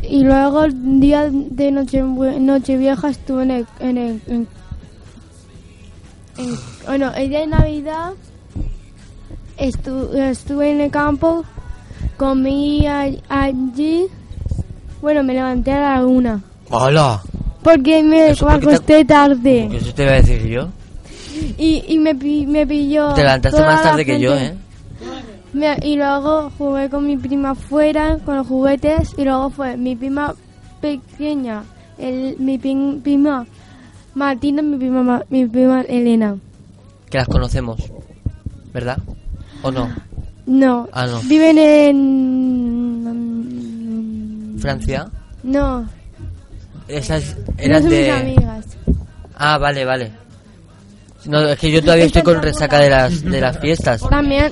S12: Y luego el día de noche, Nochevieja estuve en el... En el- en- en- bueno, el día de Navidad estu- estuve en el campo, comí a- allí, bueno, me levanté a la una,
S4: ¡Hola!
S12: porque me
S4: Eso porque te-
S12: acosté tarde.
S4: Eso te iba a decir yo.
S12: Y, y me, pi- me pilló.
S4: Te levantaste
S12: toda
S4: más
S12: la
S4: tarde que yo,
S12: gente.
S4: ¿eh?
S12: Me- y luego jugué con mi prima afuera, con los juguetes, y luego fue mi prima pequeña, el, mi pin- prima Martina, mi prima, Ma- mi prima Elena.
S4: Que las conocemos. ¿Verdad? ¿O no?
S12: No,
S4: Ah, no.
S12: viven en.
S4: ¿Francia?
S12: No,
S4: Esas eran
S12: no son mis
S4: de...
S12: amigas.
S4: Ah, vale, vale. No, es que yo todavía estoy con resaca de las, de las fiestas.
S12: También,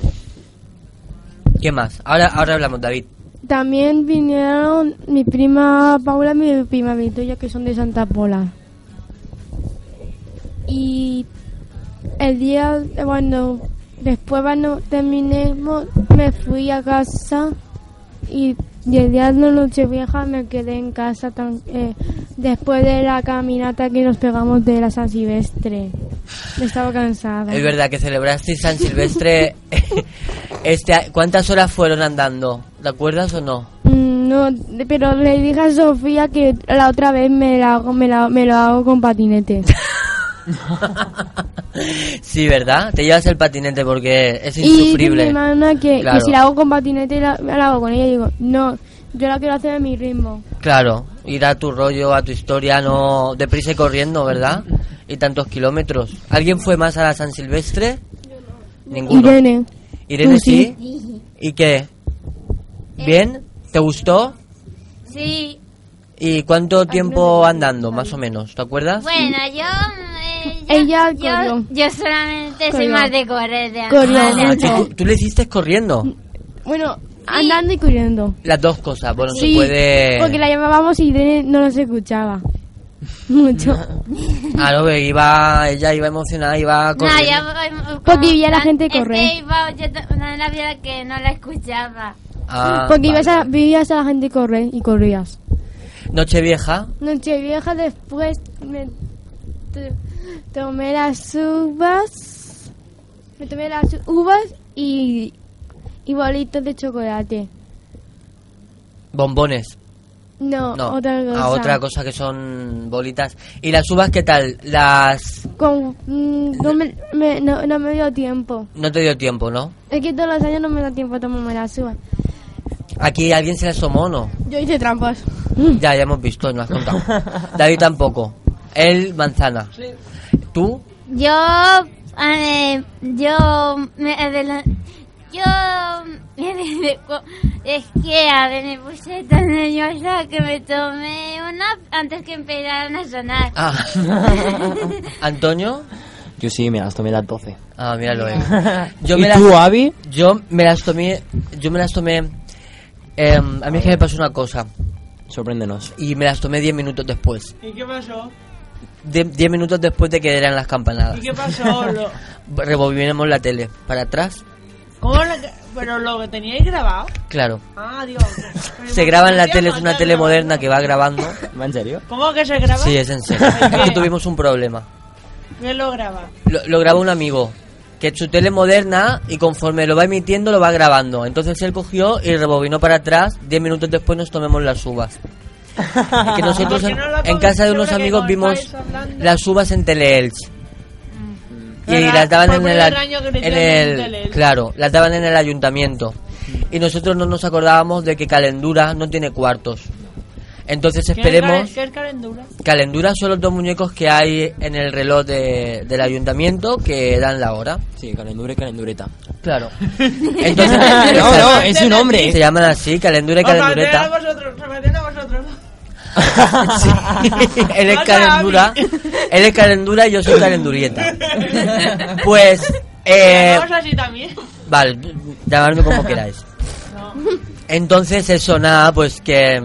S4: ¿Qué más? Ahora, ahora hablamos, David.
S12: también vinieron mi prima Paula y mi prima Victoria, que son de Santa Pola. Y el día, bueno, después cuando terminemos, me fui a casa y, y el día de la Nochevieja me quedé en casa tan- eh, después de la caminata que nos pegamos de la San Silvestre. Estaba cansada.
S4: Es verdad que celebraste San Silvestre. este, a- ¿Cuántas horas fueron andando? ¿Te acuerdas o no?
S12: Mm, No, de- pero le dije a Sofía que la otra vez me la hago, me la, me lo hago con patinete.
S4: Sí, ¿verdad? Te llevas el patinete porque es
S12: y dice mi
S4: insufrible.
S12: hermana que, que
S4: Claro.
S12: si la hago con patinete la, la hago con ella. Y digo, no, yo la quiero hacer a mi ritmo.
S4: Claro, ir a tu rollo, a tu historia, no deprisa y corriendo, ¿verdad? Y tantos kilómetros. ¿Alguien fue más a la San Silvestre? Ninguno.
S12: Irene.
S4: Irene
S12: Tú
S4: sí. ¿Y qué? ¿Bien? ¿Te gustó?
S5: Sí.
S4: ¿Y cuánto tiempo andando, más o menos? ¿Te acuerdas?
S5: Bueno, yo. eh, yo-
S12: Ella
S5: yo,
S12: corrió.
S5: yo solamente soy
S12: Corrió.
S5: más de correr de
S12: Corrió
S5: andar.
S4: Ah, ¿tú, tú le hiciste corriendo.
S12: Bueno, andando y corriendo.
S4: Las dos cosas. Bueno,
S12: Sí,
S4: se puede...
S12: porque la llevábamos y Irene no nos escuchaba. Mucho.
S4: Ah, no, que iba, ella iba emocionada, iba
S5: Nah,
S4: corriendo.
S5: ya voy-
S12: Porque vi a la gente
S5: Es que
S12: correr.
S5: iba yo t- una la vida que no la escuchaba.
S4: Ah,
S12: porque
S4: vale.
S12: ibas a, veías a la gente correr y corrías.
S4: Nochevieja.
S12: Nochevieja después me t- tomé las uvas, me tomé las uvas y, y bolitos de chocolate.
S4: Bombones.
S12: No,
S4: No.
S12: otra cosa.
S4: A otra cosa que son bolitas. ¿Y las uvas qué tal? Las...
S12: Con- mm, no, me, me- no, no me dio tiempo.
S4: No te dio tiempo, ¿no?
S12: Es que todos los años no me da tiempo a tomarme las uvas.
S4: Aquí alguien se le asomó, ¿no?
S12: Yo hice trampas. Mm.
S4: Ya, ya hemos visto, no has contado. David tampoco. Él, manzana. ¿Tú?
S5: Yo, eh, yo me adela- Yo me eh, adela- co- es que a ver, me puse tan nerviosa que me tomé una antes que empezaran a sonar.
S4: Ah. ¿Antonio?
S8: Yo sí, me las tomé las 12.
S4: Ah, míralo, eh.
S8: ¿Y tú,
S4: Avi? Yo me las tomé... Yo me las tomé... em, a mí es que me pasó una cosa.
S8: Sorpréndenos.
S4: Y me las tomé 10 minutos después.
S7: ¿Y qué pasó?
S4: De- 10 minutos después de que dieran las campanadas.
S7: ¿Y qué pasó? Lo-
S4: Revolvimos la tele para atrás,
S7: ¿Cómo lo que- pero lo que teníais grabado?
S4: claro.
S7: Ah, Dios.
S4: Se graba en la tele, es una tele moderna que va grabando.
S8: ¿En serio?
S7: ¿Cómo que se graba?
S4: Sí, es en serio. Es que tuvimos un problema.
S7: ¿Quién lo graba?
S4: Lo, lo graba un amigo, que es su tele moderna y conforme lo va emitiendo lo va grabando. Entonces él cogió y rebobinó para atrás, 10 minutos después nos tomemos las uvas. Es que nosotros en, en casa de unos amigos vimos las uvas en Teleelch. Y
S7: Era
S4: las daban en
S7: popular
S4: el,
S7: del año que
S4: en
S7: hicieron en
S4: el
S7: Teleelch.
S4: claro, las daban en el ayuntamiento. Y nosotros no nos acordábamos de que Calendura no tiene cuartos. Entonces
S7: ¿Quién es Karen-
S4: esperemos
S7: ¿Qué es Calendura?
S4: Calendura son los dos muñecos que hay en el reloj de- del ayuntamiento que dan la hora.
S8: Sí, calendura y calendureta.
S4: Claro. Entonces,
S8: No, no, es un hombre.
S4: Se llaman así, calendura y
S7: Os maté a
S4: calendureta.
S7: vosotros, os maté a vosotros.
S4: él es
S7: Mata a
S4: calendura,
S7: mí.
S4: él es calendura y yo soy calendurieta. Pues, eh,
S7: Vamos así también.
S4: vale, llamarme como queráis. Entonces eso, nada, pues que,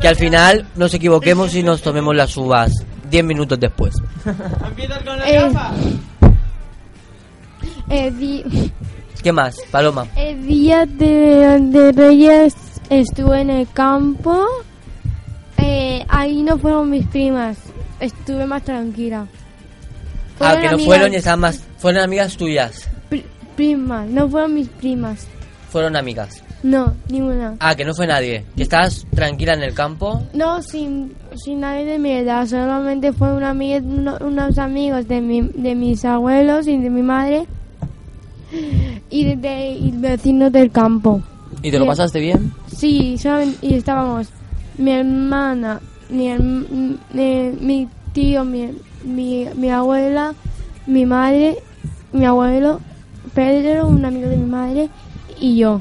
S4: que al final nos equivoquemos y nos tomemos las uvas 10 minutos después.
S12: Eh, eh, di-
S4: ¿Qué más, Paloma?
S12: El día de, de Reyes estuve en el campo eh, ahí no fueron mis primas. Estuve más tranquila.
S4: Ah, que no
S12: amigas-
S4: fueron y estaban más. Fueron amigas tuyas.
S12: pri- primas, no fueron mis primas.
S4: Fueron amigas.
S12: No, ninguna.
S4: Ah, que no fue nadie. Que estabas tranquila en el campo.
S12: No, sin, sin nadie de mi edad, solamente fue una ami- uno- unos amigos de, mi, de mis abuelos y de mi madre y de, de- y vecinos del campo.
S8: ¿Y te lo
S12: Bien.
S8: pasaste bien?
S12: Sí, solamente- y estábamos mi hermana, mi, herm- m- eh, mi tío, mi, mi, mi abuela, mi madre, mi abuelo, Pedro, un amigo de mi madre y yo.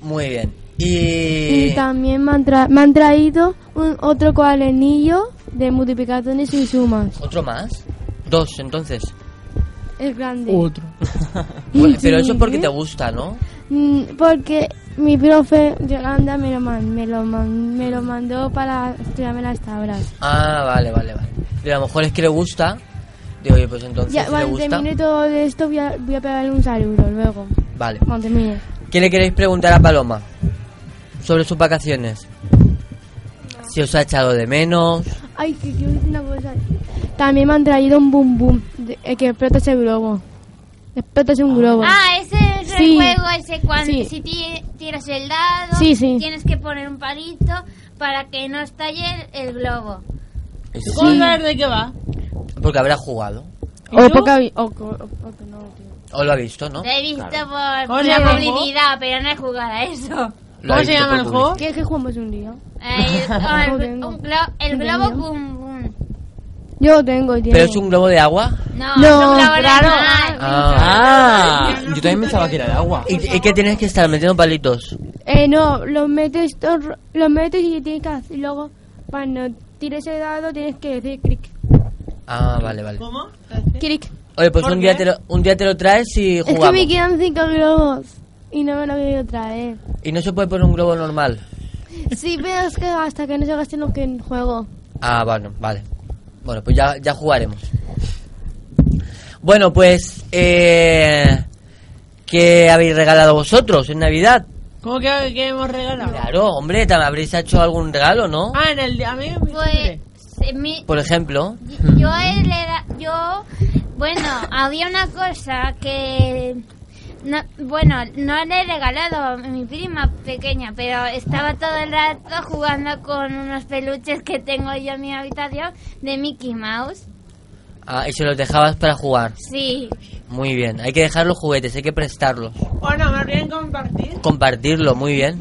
S4: Muy bien.
S12: Y
S4: Y.
S12: también me han, tra- me han traído un, otro cuadernillo de multiplicaciones y sumas.
S4: ¿Otro más? Dos, entonces.
S12: Es grande.
S4: Bueno, pero
S12: Mm, Sí.
S4: eso es porque te gusta, ¿no?
S12: Mm, Porque mi profe Yolanda me lo, man- me lo, man- me lo mandó para estudiarme las tablas.
S4: Ah, vale, vale, vale. Y a lo mejor es que le gusta. Digo, oye, pues entonces
S12: Ya,
S4: si le
S12: cuando
S4: gusta.
S12: termine todo esto voy a, voy a pegarle un saludo luego.
S4: Vale.
S12: Cuando termine.
S4: ¿Qué le queréis preguntar a Paloma? Sobre sus vacaciones. Si os ha echado de menos.
S12: Ay, que quiero decir una cosa. También me han traído un boom boom de- eh, que explota ese globo. Explota ese un globo.
S5: Ah, ese es
S12: Sí.
S5: el juego ese cuando
S12: Sí.
S5: si ti- tiras el dado,
S12: Sí, sí.
S5: tienes que poner un palito para que no estalle el, el globo.
S4: Sí.
S5: ¿Cómo
S7: sabes de qué va?
S4: Porque habrá jugado.
S12: O poca vi- o co- o- o que no.
S4: O lo ha visto, ¿no?
S5: Lo he visto por,
S12: ¿Cómo
S5: por
S12: se
S5: la
S12: llama el
S5: publicidad, pero no he jugado a eso.
S4: Lo ha visto por publicidad.
S12: ¿Qué que jugamos un día?
S5: Eh, el- oh, el, glo-
S12: No
S5: un glo- el
S12: No
S5: globo
S12: tengo.
S5: boom boom.
S12: Yo lo tengo, tiene.
S4: ¿Pero es un globo de agua?
S5: No,
S12: No,
S5: es un globo
S12: claro.
S5: normal.
S4: Ah, yo también pensaba que era de agua. ¿Y, y qué tienes que estar metiendo palitos?
S12: Eh, no, lo metes, todo- lo metes y tienes que hacer, luego cuando tires el dado tienes que decir clic,
S4: Ah, vale, vale.
S12: clic.
S4: Oye, pues
S12: ¿Por
S4: un
S12: qué?
S4: día, te lo, un día te lo traes y
S12: Es que
S4: jugamos.
S12: me quedan cinco globos y no me lo quiero traer.
S4: Y no se puede poner un globo normal.
S12: Sí, pero es que hasta que no se gasten lo que en juego.
S4: Ah, bueno, vale. Bueno, pues ya, ya jugaremos. Bueno, pues... Eh, ¿Qué habéis regalado vosotros en Navidad?
S7: ¿Cómo que, que hemos regalado?
S4: Claro, hombre, ¿te habréis hecho algún regalo, ¿no?
S7: Ah, en el de a mí me
S5: Pues eh, mi-
S4: Por ejemplo.
S5: yo he- le da- yo bueno, había una cosa que no, bueno, no le he regalado a mi prima pequeña, pero estaba todo el rato jugando con unos peluches que tengo yo en mi habitación de Mickey Mouse.
S4: Ah, y se los dejabas para jugar.
S5: Sí.
S4: Muy bien. Hay que dejar los juguetes, hay que prestarlos.
S7: Bueno, más bien compartir.
S4: Compartirlo, muy bien.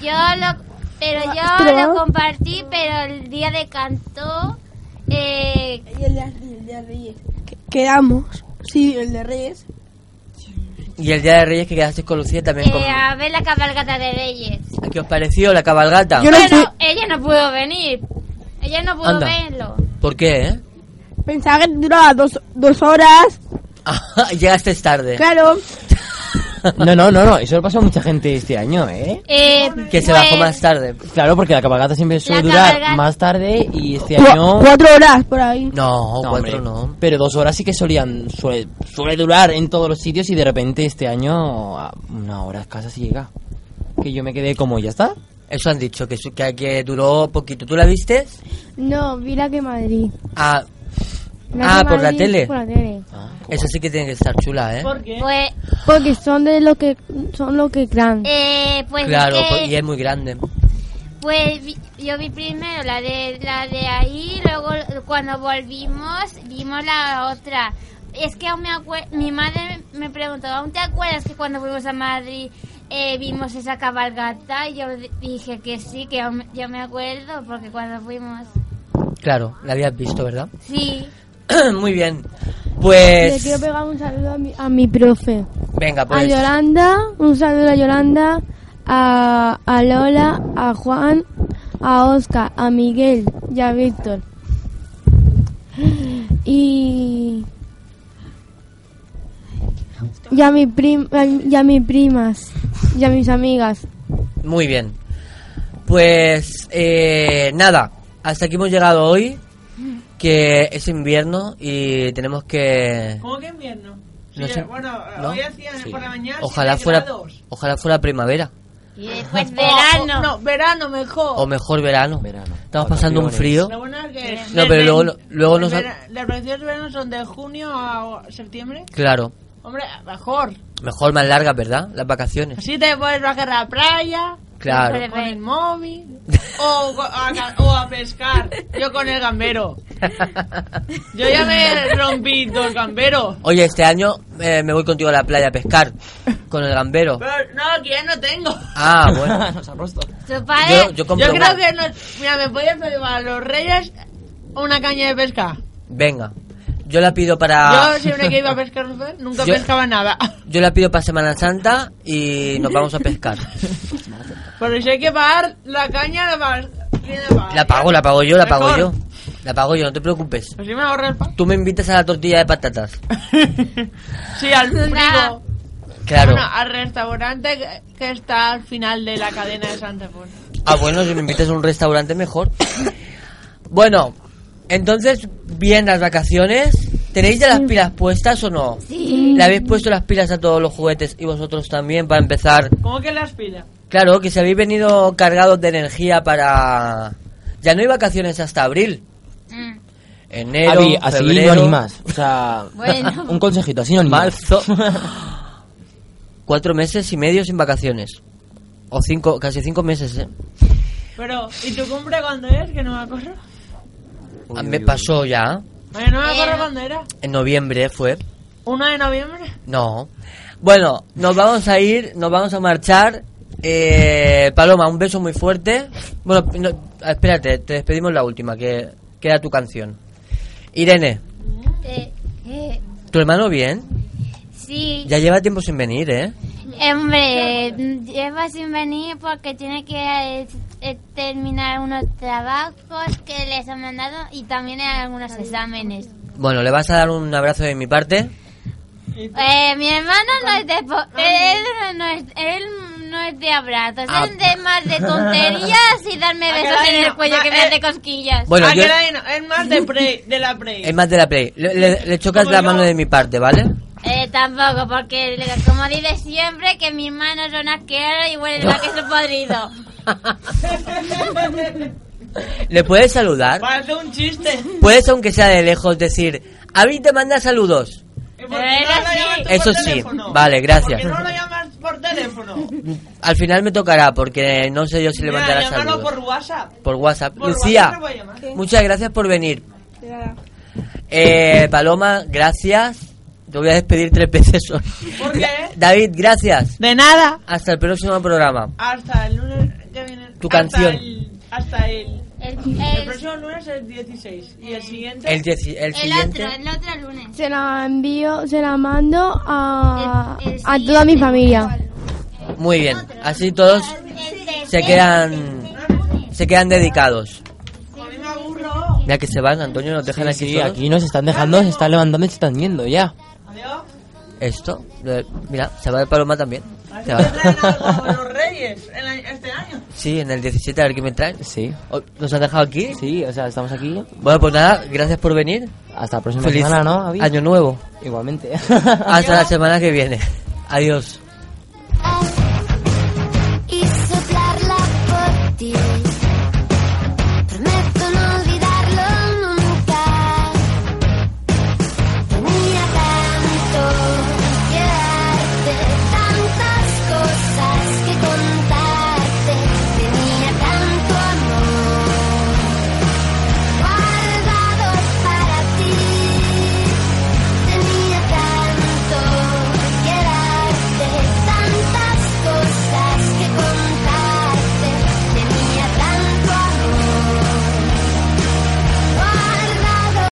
S5: Yo lo pero yo
S7: ¿Pero?
S5: lo compartí, pero el día de canto eh,
S9: El de Reyes. Quedamos. Sí, el de Reyes.
S4: Y el Día de Reyes que quedaste con Lucía también.
S5: eh,
S4: Con...
S5: a ver la cabalgata de Reyes.
S8: Eh,
S4: ¿Qué os pareció la cabalgata?
S5: bueno, ella no pudo venir. Ella no pudo
S4: Anda.
S5: verlo.
S4: ¿Por qué, eh?
S9: Pensaba que duraba dos, dos horas.
S4: Llegaste tarde.
S9: Claro.
S8: No, no, no, no. Eso lo pasó a mucha gente este año, ¿eh?
S5: Eh,
S8: Que se
S5: pues,
S8: bajó más
S4: tarde.
S8: Claro, porque la cabalgata siempre suele
S5: La
S8: durar
S5: cabalgata-
S8: más tarde y este
S9: Cu-
S8: año...
S9: Cuatro horas por ahí.
S4: No, cuatro no.
S8: Pero dos horas sí que solían... Suele, suele durar en todos los sitios y de repente este año a una hora casi llega. Que yo me quedé como, ¿ya está?
S4: Eso han dicho, que, su- que, que duró poquito. ¿Tú la viste?
S12: No, vi la que Madrid.
S4: Ah, Ah,
S12: La que
S4: por la
S12: Madrid,
S4: tele.
S12: Por la tele.
S4: esa sí que tiene que estar chula, ¿eh?
S5: Pues,
S12: Porque son de lo que son lo que crean.
S5: eh, pues,
S4: claro,
S5: es que-
S4: pues- y es muy grande.
S5: pues vi- yo vi primero la de la de ahí, luego cuando volvimos vimos la otra. Es que aún me acue- mi madre me preguntó, ¿aún te acuerdas que cuando fuimos a Madrid eh, vimos esa cabalgata? Y yo d- dije que sí, que aún- yo me acuerdo, porque cuando fuimos...
S4: Claro, la habías visto, ¿verdad?
S5: Sí.
S4: muy bien.
S12: Le
S4: Pues...
S12: quiero pegar un saludo a mi, a mi profe.
S4: Venga,
S12: A
S4: pues...
S12: Yolanda, un saludo a Yolanda, a, a Lola, a Juan, a Oscar, a Miguel y a Víctor. Y. Y a, mi prim, y a mis primas, y a mis amigas.
S4: Muy bien. Pues eh, nada, hasta aquí hemos llegado hoy, que es invierno y tenemos que...
S7: ¿Cómo que invierno?
S4: No
S7: Sí,
S4: sé,
S7: bueno,
S4: ¿no?
S7: hoy hacían por la mañana
S4: Ojalá
S7: siete
S4: fuera,
S7: grados.
S4: ojalá fuera primavera.
S11: Y después
S5: Ah,
S4: verano.
S13: no, verano mejor.
S7: Oh.
S4: O mejor verano. Estamos pasando un frío.
S7: Vacaciones. Lo bueno es que-
S4: No, pero luego, luego nos...
S7: Vera- Las vacaciones de verano son de junio a septiembre.
S4: Claro.
S7: Hombre, mejor.
S4: Mejor más largas, ¿verdad? Las vacaciones.
S7: Así te puedes bajar a la playa.
S4: Claro.
S7: Con el móvil. O, co- a, ca- o a pescar. Yo con el gambero. Yo ya me rompí dos gamberos.
S4: Oye, este año eh, me voy contigo a la playa a pescar con el gambero.
S7: Pero, no, que ya no tengo.
S4: Ah, bueno.
S7: Yo,
S4: padre- Yo- yo compro
S7: creo
S4: una.
S7: que no. Mira, me podías pedir a los reyes una caña de pesca.
S4: Venga. Yo la pido para...
S7: Yo siempre que iba a pescar nunca
S4: Ah. Yo-
S7: pescaba nada.
S4: Yo la pido para Semana Santa y nos vamos a pescar.
S7: Pero si hay que pagar la caña, la pagas.
S4: La pago, la pago yo, la pago
S7: Mejor.
S4: yo. La pago yo, no te preocupes.
S7: Así me ahorro el pan.
S4: Tú me invitas a la tortilla de patatas.
S7: Sí, al frigo.
S4: Claro.
S7: Bueno, al restaurante que- que está al final de la cadena de Santa Fe.
S4: Ah, bueno, si me invitas a un restaurante mejor. Bueno, entonces, bien las vacaciones. ¿Tenéis ya las pilas puestas o no?
S7: Sí.
S4: ¿Le habéis puesto las pilas a todos los juguetes y vosotros también para empezar?
S7: ¿Cómo que las pilas?
S4: Claro, que si habéis venido cargados de energía para... Ya no hay vacaciones hasta abril.
S5: mm,
S4: Enero,
S8: Avi, así
S4: febrero.
S8: no animas. O sea,
S4: Bueno.
S8: un consejito, así no animas.
S4: Marzo. Cuatro meses y medio sin vacaciones. O cinco, casi cinco meses, ¿eh?
S7: Pero, ¿y tu cumple cuándo es? Que no me acuerdo.
S4: Ah, me pasó ya.
S7: Oye, no me acuerdo cuándo era.
S4: En noviembre fue.
S7: ¿1 de noviembre?
S4: No. Bueno, nos vamos a ir, nos vamos a marchar. Eh, Paloma, un beso muy fuerte. Bueno, no, espérate, te despedimos la última, que queda tu canción. Irene,
S5: Eh, eh,
S4: ¿tu hermano bien?
S5: sí.
S4: Ya lleva tiempo sin venir, ¿eh?
S5: Eh, Hombre, mm, lleva sin venir porque tiene que eh, eh, terminar unos trabajos que les han mandado y también algunos exámenes.
S4: Bueno, le vas a dar un abrazo de mi parte.
S5: Eh, mi hermano no es de po- él, no es, él no es de abrazos,
S4: Ah.
S5: él es de más de tonterías y darme
S7: Ah,
S5: besos
S7: caray,
S5: en el
S7: no.
S5: cuello
S7: Ah,
S5: que me
S7: eh.
S5: hace cosquillas.
S4: Bueno,
S7: Ah,
S4: yo-
S7: que era de no- es más de, pre, de la pre.
S4: Es más de la play. Le, le- le chocas
S5: Como
S4: la
S5: yo.
S4: mano de mi parte, ¿vale?
S5: Eh, tampoco, porque le- como dice siempre que mi hermano es un asqueroso y huele a queso podrido.
S4: ¿Le puedes saludar?
S7: Parece un chiste.
S4: Puedes, aunque sea de lejos, decir, a mí te manda saludos. Eso sí, vale, gracias.
S7: Que no lo llamas por teléfono.
S4: Al final me tocará, porque no sé yo si le
S7: Mira,
S4: mandará
S7: llamarlo
S4: saludos.
S7: por WhatsApp.
S4: Por WhatsApp.
S7: Por
S4: Lucía,
S7: WhatsApp le voy a llamar. ¿Qué?
S4: muchas gracias por venir. Eh, Paloma, gracias. Te voy a despedir tres veces hoy.
S7: ¿Por qué?
S4: David, gracias.
S7: De nada.
S4: Hasta el próximo programa.
S7: Hasta el lunes que viene.
S4: Tu
S7: hasta
S4: canción.
S7: el- hasta el.
S5: El,
S7: próximo lunes es el 16. ¿Y el siguiente?
S4: El, dieci- el siguiente.
S5: el otro lunes.
S12: Se la envío, se la mando a,
S5: El- el
S12: a toda mi familia.
S4: Muy bien. Así todos se quedan se quedan dedicados. Ya que se van, Antonio, nos dejan aquí
S8: Sí,
S4: solos.
S8: aquí nos están dejando, se están levantando y se están yendo ya.
S4: Esto, eh, mira, se va de Paloma también. Se
S7: ¿Te traen
S4: va.
S7: algo de los Reyes el año- este año?
S4: Sí, en el 17, a ver qué me traen.
S8: Sí.
S4: ¿Nos han dejado aquí?
S8: Sí, o sea, estamos aquí.
S4: Bueno, pues nada, gracias por venir.
S8: Hasta la próxima semana, ¿no, Avi?
S4: Año nuevo.
S8: Igualmente.
S4: Hasta la semana que viene. Adiós.